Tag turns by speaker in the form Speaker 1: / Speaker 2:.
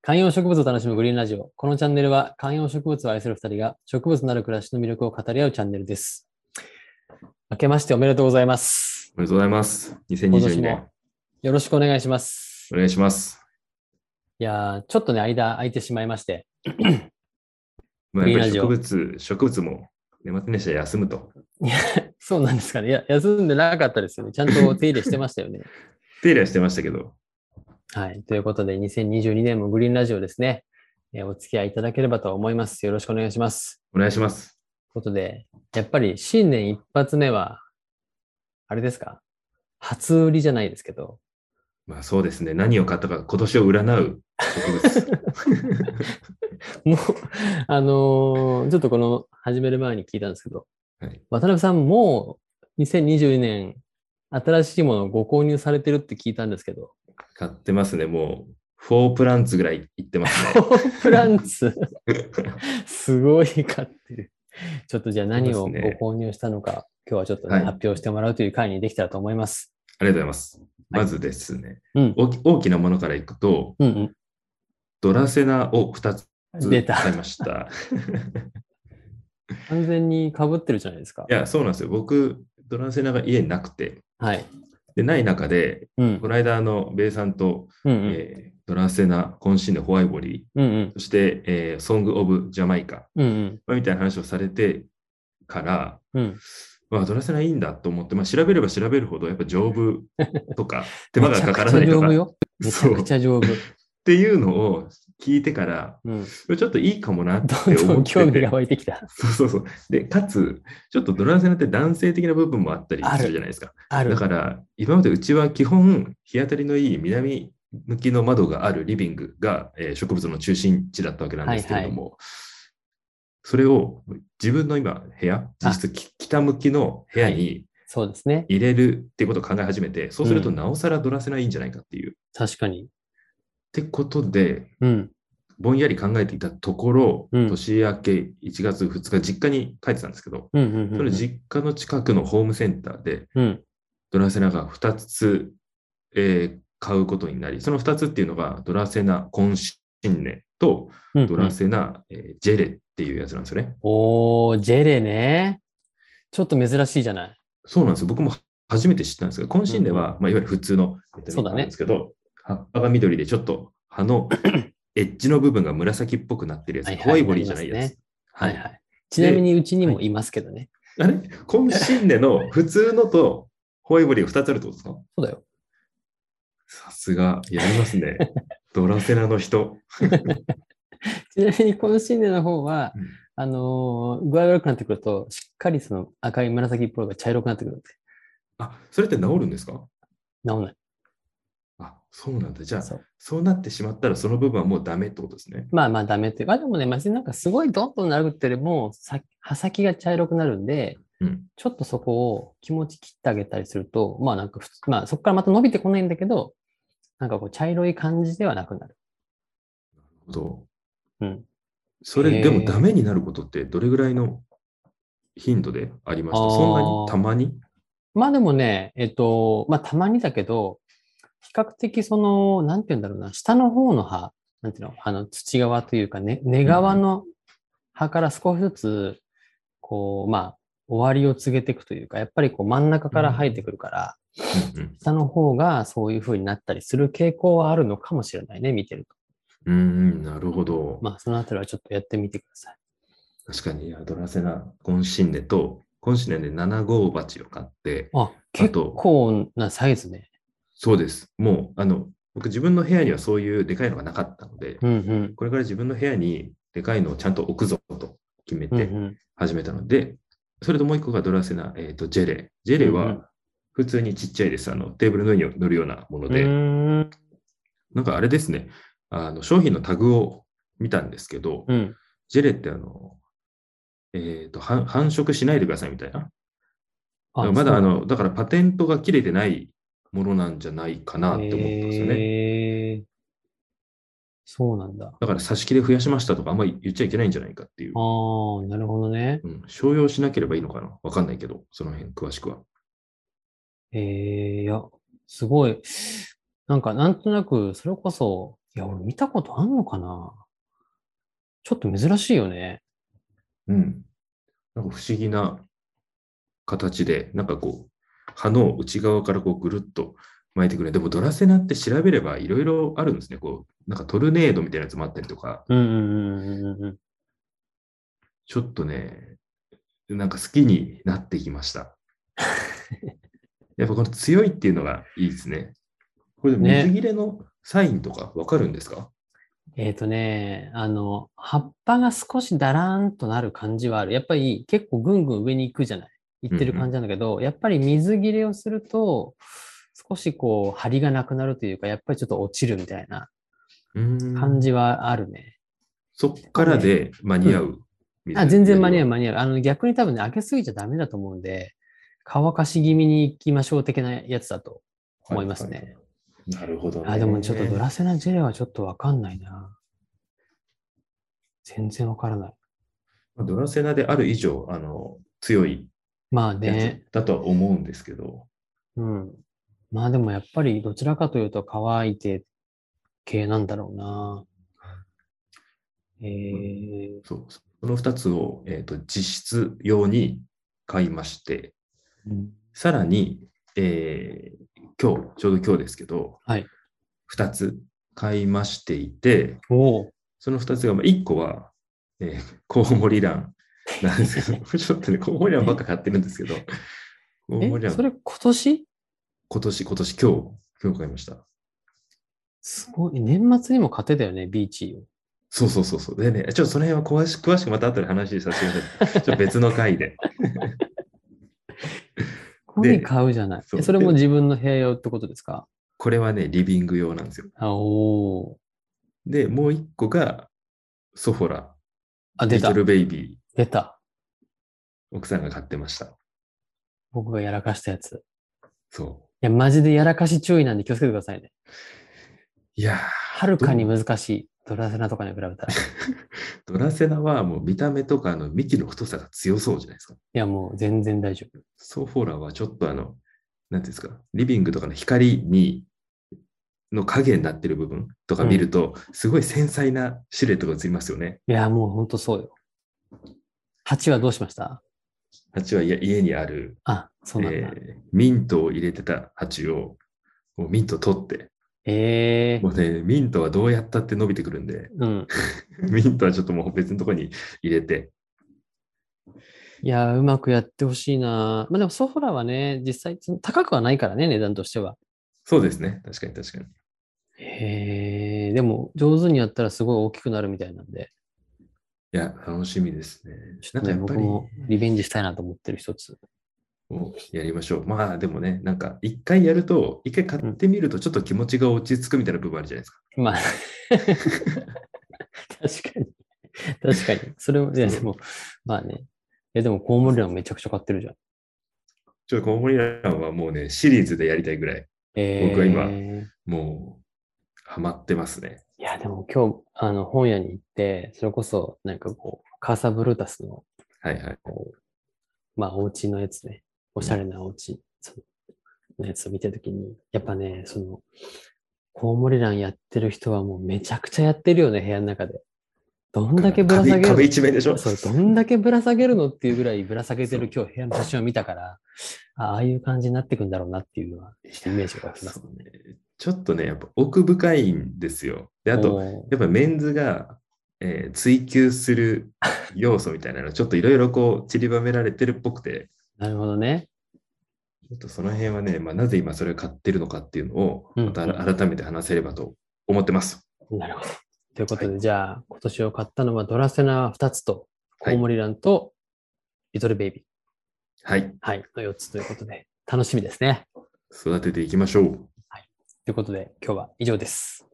Speaker 1: 観葉植物を楽しむグリーンラジオ。このチャンネルは観葉植物を愛する二人が植物なる暮らしの魅力を語り合うチャンネルです。明けましておめでとうございます。
Speaker 2: おめでとうございます。
Speaker 1: 今年
Speaker 2: 2022年
Speaker 1: も。よろしくお願いします
Speaker 2: お。願いします。
Speaker 1: いやー、ちょっとね、間空いてしまいまして。
Speaker 2: まあ、やっぱ
Speaker 1: いいラ
Speaker 2: り
Speaker 1: ジ
Speaker 2: 植
Speaker 1: オ
Speaker 2: 物、植物も年末年始は休むと。
Speaker 1: そうなんですかね。いや、休んでなかったですよね。ちゃんと手入れしてましたよね。
Speaker 2: 手入れはしてましたけど、
Speaker 1: はい。ということで、2022年もグリーンラジオですね。えーお付き合いいただければと思います。よろしくお願いします。
Speaker 2: お願いしま
Speaker 1: とい
Speaker 2: す。
Speaker 1: うことで、やっぱり新年一発目は、あれですか初売りじゃないですけど、
Speaker 2: まあそうですね。何を買ったか、今年を占う植物。
Speaker 1: もう、あのーちょっとこの始める前に聞いたんですけど、
Speaker 2: はい
Speaker 1: 渡辺さんもう2022年新しいものをご購入されてるって聞いたんですけど、
Speaker 2: 買ってますね。もう、フォープランツぐらい行ってます
Speaker 1: ポ
Speaker 2: ね。
Speaker 1: ープランツ、すごい買ってる。ちょっとじゃあ何を
Speaker 2: そうですね
Speaker 1: ご購入したのか、今日はちょっとね、
Speaker 2: はい
Speaker 1: 発表してもらうという回にできたらと思います。
Speaker 2: ありがとうございます。まずですね、
Speaker 1: うん
Speaker 2: 大き大きなものからいくと、
Speaker 1: うん
Speaker 2: ドラセナを2つ
Speaker 1: うん。出た。
Speaker 2: 買いました。
Speaker 1: 完全に被ってるじゃないですか
Speaker 2: い。や、そうなんですよ。僕、ドラセナが家になくて、
Speaker 1: はい。
Speaker 2: で、ない中で、
Speaker 1: うん
Speaker 2: こ。の間、あの、ベイさんと、
Speaker 1: うんうん。
Speaker 2: えードラセナ、渾身のホワイボリー、
Speaker 1: うんうん。
Speaker 2: そして、えーソング・オブ・ジャマイカ、
Speaker 1: うんうん。
Speaker 2: まあみたいな話をされてから、
Speaker 1: うん。
Speaker 2: まあ、ドラセナいいんだと思って、まあ、調べれば調べるほど、やっぱ丈夫 とか、手間がかからない
Speaker 1: めちゃくちゃ丈
Speaker 2: とか
Speaker 1: 夫
Speaker 2: っ
Speaker 1: よ。めちゃくちゃ丈夫。
Speaker 2: ていうのを聞いてから、
Speaker 1: うん。
Speaker 2: ちょっといいかもなって
Speaker 1: どんど
Speaker 2: 思
Speaker 1: ん
Speaker 2: って
Speaker 1: 興味
Speaker 2: て
Speaker 1: が、湧いてき た。
Speaker 2: そうそうそう。で、かつ、ちょっとドラセナって男性的な部分もあったり
Speaker 1: あ
Speaker 2: す
Speaker 1: る
Speaker 2: るじゃないですか。
Speaker 1: ある
Speaker 2: だ。から、今までうちは基本、日当たりのいい南向きの窓があるリビングが、えー植物の中心地だったわけなんですけれども、それを自分の今、部屋、実質き北向きの部屋に
Speaker 1: そうですね。
Speaker 2: 入れるっていうことを考え始めて、そうすると
Speaker 1: うん
Speaker 2: なおさらドラセナいいんじゃないかっていう。っ
Speaker 1: 確かに。
Speaker 2: てことで、
Speaker 1: うん。
Speaker 2: ぼんやり考えていたところ、
Speaker 1: うん
Speaker 2: 年明け1月2日、実家に帰ってたんですけど、
Speaker 1: うんうんうん
Speaker 2: その実家の近くのホームセンターで、
Speaker 1: うん。
Speaker 2: ドラセナが2つ、えー買うことになり、その2つっていうのがドラセナ渾身ねと
Speaker 1: うん。
Speaker 2: ドラセナ、えージェレっていうやつなんですよね。
Speaker 1: おー、ジェレね。ちょっと珍しいじゃない。
Speaker 2: そうなんですよ。僕も初めて知ったんですけど、渾身ねは、まあ、いわゆる普通のベタ
Speaker 1: そう
Speaker 2: ミン
Speaker 1: だ
Speaker 2: なん
Speaker 1: ね
Speaker 2: ですけど、葉っぱが緑でちょっと葉のエッジの部分が紫っぽくなってるやつ、
Speaker 1: はいはい
Speaker 2: ホワイボリーじゃない
Speaker 1: あり
Speaker 2: や
Speaker 1: ます
Speaker 2: つ。
Speaker 1: はいはい。ちなみにうちにもいますけどね。
Speaker 2: あれ渾身ねの普通のとホワイボリーが2つあるってことですか
Speaker 1: そうだよ。
Speaker 2: さすが、やります ね。ドラセナの人。
Speaker 1: ちなみにこのシーネの方は
Speaker 2: うん、
Speaker 1: あのー、具合が悪くなってくると、しっかりその赤い紫っぽいのが茶色くなってくるので、
Speaker 2: あ、それって治るんですか
Speaker 1: 治んない。
Speaker 2: あ、そうなんだ。じゃあ、
Speaker 1: そう
Speaker 2: そうなってしまったら、その部分はもうダメってことですね。
Speaker 1: まあまあダメっていう。まあでもね、別になんかすごいどんどん長くってよりも、さ刃先が茶色くなるんで、
Speaker 2: うん。
Speaker 1: ちょっとそこを気持ち切ってあげたりすると、まあなんか普通、まあそこからまた伸びてこないんだけど、なんかこう茶色い感じではなくなる。。
Speaker 2: そううんそ
Speaker 1: へ
Speaker 2: れ、
Speaker 1: ー
Speaker 2: でもダメになることって、どれぐらいの頻度でありました
Speaker 1: あー
Speaker 2: そんなにたまに
Speaker 1: まあでもね、えっと、まあたまにだけど、比較的その、なんて言うんだろうな、下の方の葉、なんていうの、あの土側というかね、根側の葉から少しずつ、こう、まあ、終わりを告げていくというか、やっぱりこう真ん中から生えてくるから、
Speaker 2: うん
Speaker 1: 下の方がそういう風になったりする傾向はあるのかもしれないね、見てると。
Speaker 2: うん、うんうんなるほど。
Speaker 1: まあ、そのあたりはちょっとやってみてください。
Speaker 2: 確かに、いやドラセナ、渾身でと、渾身で7号鉢を買って、
Speaker 1: あ、結構なサイズね。
Speaker 2: そうです。もう、あの、僕、自分の部屋にはそういうでかいのがなかったので、
Speaker 1: うんうん。
Speaker 2: これから自分の部屋にでかいのをちゃんと置くぞと決め
Speaker 1: うん
Speaker 2: て、始めたので、それともう一個がドラセナ、えー、とジェレ。ジェレ
Speaker 1: うんうん
Speaker 2: は普通にちっちゃいです。あのテーブルの上に乗るようなもの
Speaker 1: うん、う
Speaker 2: で、
Speaker 1: ーん
Speaker 2: なんかあれですねあの、商品のタグを見たんですけど、
Speaker 1: うん。
Speaker 2: ジェレってあの、えー、と繁繁殖しないでくださいみたいな。だからまだあの、だからパテントが切れてないものなんじゃないかなって思ったんですよね。
Speaker 1: へーそうなんだ。あ
Speaker 2: だから差し切れ増やしましたとかあんまり言っちゃいけないんじゃないかっていう
Speaker 1: あ。ー、なるほどね。
Speaker 2: うん、商用しなければいいのかなわかんないけど、その辺詳しくは。
Speaker 1: えー、いや、すごい。なんか、なんとなく、それこそ、いや、俺見たことあんのかなちょっと珍しいよね。
Speaker 2: うん。なんか不思議な形で、なんかこう、葉の内側からこうぐるっと巻いてくれる。でもドラセナって調べればいろいろあるんですね。こう、なんかトルネードみたいなやつもあったりとか、
Speaker 1: うんうんうんうんうんうん。
Speaker 2: ちょっとね、なんか好きになってき ました。やっぱこの強いっていうのがいいですね。これで
Speaker 1: ね
Speaker 2: 水切れのサインとかわかるんですか、
Speaker 1: えっ、とね、あの、葉っぱが少しだらーんとなる感じはある。やっぱり結構ぐんぐん上に行くじゃない。行ってる感じなんだけど、やっぱり水切れをすると、少しこう、張りがなくなるというか、やっぱりちょっと落ちるみたいな
Speaker 2: うーん
Speaker 1: 感じはあるね。
Speaker 2: そっからで間に合う、水
Speaker 1: あ全然間に合う
Speaker 2: う。
Speaker 1: 間に合う。あの、逆に多分ね、開けすぎちゃダメだと思うんで、乾かし気味に行きましょう的なやつだと思いますね。
Speaker 2: はいはいはい。なるほど、ね。
Speaker 1: あ、でもちょっとドラセナジェレはちょっとわかんないな。全然わからない。
Speaker 2: まあドラセナである以上、あの、強い
Speaker 1: まあ
Speaker 2: や
Speaker 1: ね
Speaker 2: つ。だとは思うんですけど、
Speaker 1: うん。まあでもやっぱりどちらかというと乾いて系なんだろうな。えー、
Speaker 2: そうその2つを、えー、と実質用に買いまして、さらに、えー今日、ちょうど今日ですけど、
Speaker 1: はい
Speaker 2: 2つ買いましていて、
Speaker 1: おお、
Speaker 2: その2つが、まあ、1個は、えー コウモリランなんですけど、 ちょっとね、コウモリランばっか買ってるんですけど、コウモリ
Speaker 1: え、
Speaker 2: ラン
Speaker 1: それ今年
Speaker 2: 今年、今年、今日、今日買いました。
Speaker 1: すごい。年末にも勝てたよね、ビーチを。
Speaker 2: そうそうそうそう。でね、ちょっとその辺は詳し詳しくまた後で話させてくださ い。ちょっと別の回で。
Speaker 1: これ買うじゃない。
Speaker 2: そう
Speaker 1: えそれも
Speaker 2: で
Speaker 1: 自分の部屋用ってことですか
Speaker 2: これはね、リビング用なんですよ。
Speaker 1: あおお。
Speaker 2: で、もう一個が、ソフォラ、
Speaker 1: あ、出
Speaker 2: リ
Speaker 1: た
Speaker 2: ト。ルベイビ
Speaker 1: 出た。
Speaker 2: ー、奥さんが買ってました。
Speaker 1: 僕がやらかしたやつ。い
Speaker 2: そ
Speaker 1: や、マジでやらかし注意なんで気をつけてくださいね。
Speaker 2: う。いや
Speaker 1: はるかに難しい。ドラセナとかに比べたら。い
Speaker 2: ー、ドラセナはもう見た目とかあの幹の太さが強そうじゃないですか。
Speaker 1: や、もう全然大丈夫。
Speaker 2: ソフォラはちょっとあの、なんていうんですか、リビングとかの光に、の影になってる部分とか見ると、すごい繊細なシルエットが映りますよね。
Speaker 1: いや、もうほんとそうよ。蜂はどうしました
Speaker 2: 蜂はいや家にある、
Speaker 1: あ、そうなんだ。
Speaker 2: えーミントを入れてた鉢を、もうミント取って、
Speaker 1: ええ
Speaker 2: もうね、ミントはどうやったって伸びてくるんで、
Speaker 1: うん。
Speaker 2: ミントはちょっともう別のところに入れて、
Speaker 1: いや、うまくやってほしいな。まあでもソフラはね、実際、その高くはないからね、値段としては。
Speaker 2: そうですね、確かに確かに。
Speaker 1: へえ、でも上手にやったらすごい大きくなるみたいなんで、
Speaker 2: いや、楽しみですね。
Speaker 1: ちょ
Speaker 2: な
Speaker 1: っ
Speaker 2: ん
Speaker 1: とね、
Speaker 2: かやっぱ
Speaker 1: 僕
Speaker 2: り、
Speaker 1: もリベンジしたいなと思ってる一つ。
Speaker 2: おやりましょう。まあでもね、なんか一回やると、一回買ってみるとちょっと気持ちが落ち着くみたいな部分あるじゃないですか。
Speaker 1: まあ、 確かに。確かに。それも、いや、でも、まあね。いや、でも、コウモリランめちゃくちゃ買ってるじゃん。
Speaker 2: ちょっとコウモリランはもうね、シリーズでやりたいぐらい、
Speaker 1: えー、
Speaker 2: 僕は今
Speaker 1: い
Speaker 2: もう、ハマってますね。
Speaker 1: や、でも今日、あの、本屋に行って、それこそ、なんかこう、カーサブルータスの、
Speaker 2: はいはい。
Speaker 1: こう、まあ、お家のやつね。おしゃれなお家そののやつを見てるときに、やっぱね、その、コウモリランやってる人はもうめちゃくちゃやってるよね、部屋の中で。どんだけぶら下げる
Speaker 2: 壁
Speaker 1: の
Speaker 2: 壁一面でしょ
Speaker 1: そう、どんだけぶら下げるのっていうぐらいぶら下げてる今日部屋の写真を見たから、あああいう感じになってくんだろうなっていうのは、ちょっとイメージが湧きます
Speaker 2: そうねちょっとね、やっぱ奥深いんですよ。で、あと、
Speaker 1: おー
Speaker 2: やっぱメンズが、えー追求する要素みたいなのがちょっといろいろこう散りばめられてるっぽくて、
Speaker 1: なるほどね。
Speaker 2: ちょっとその辺はね、まあ、なぜ今それを買ってるのかっていうのを、
Speaker 1: うん
Speaker 2: また改めて話せればと思ってます。
Speaker 1: なるほど。ということで、
Speaker 2: は
Speaker 1: じゃあ、今年を買ったのはドラセナ2つと、コウモリランと、リトルベイビー、
Speaker 2: はい、
Speaker 1: はい、の4つということで、楽しみですね。
Speaker 2: 育てていきましょう。
Speaker 1: ということで、今日は以上です。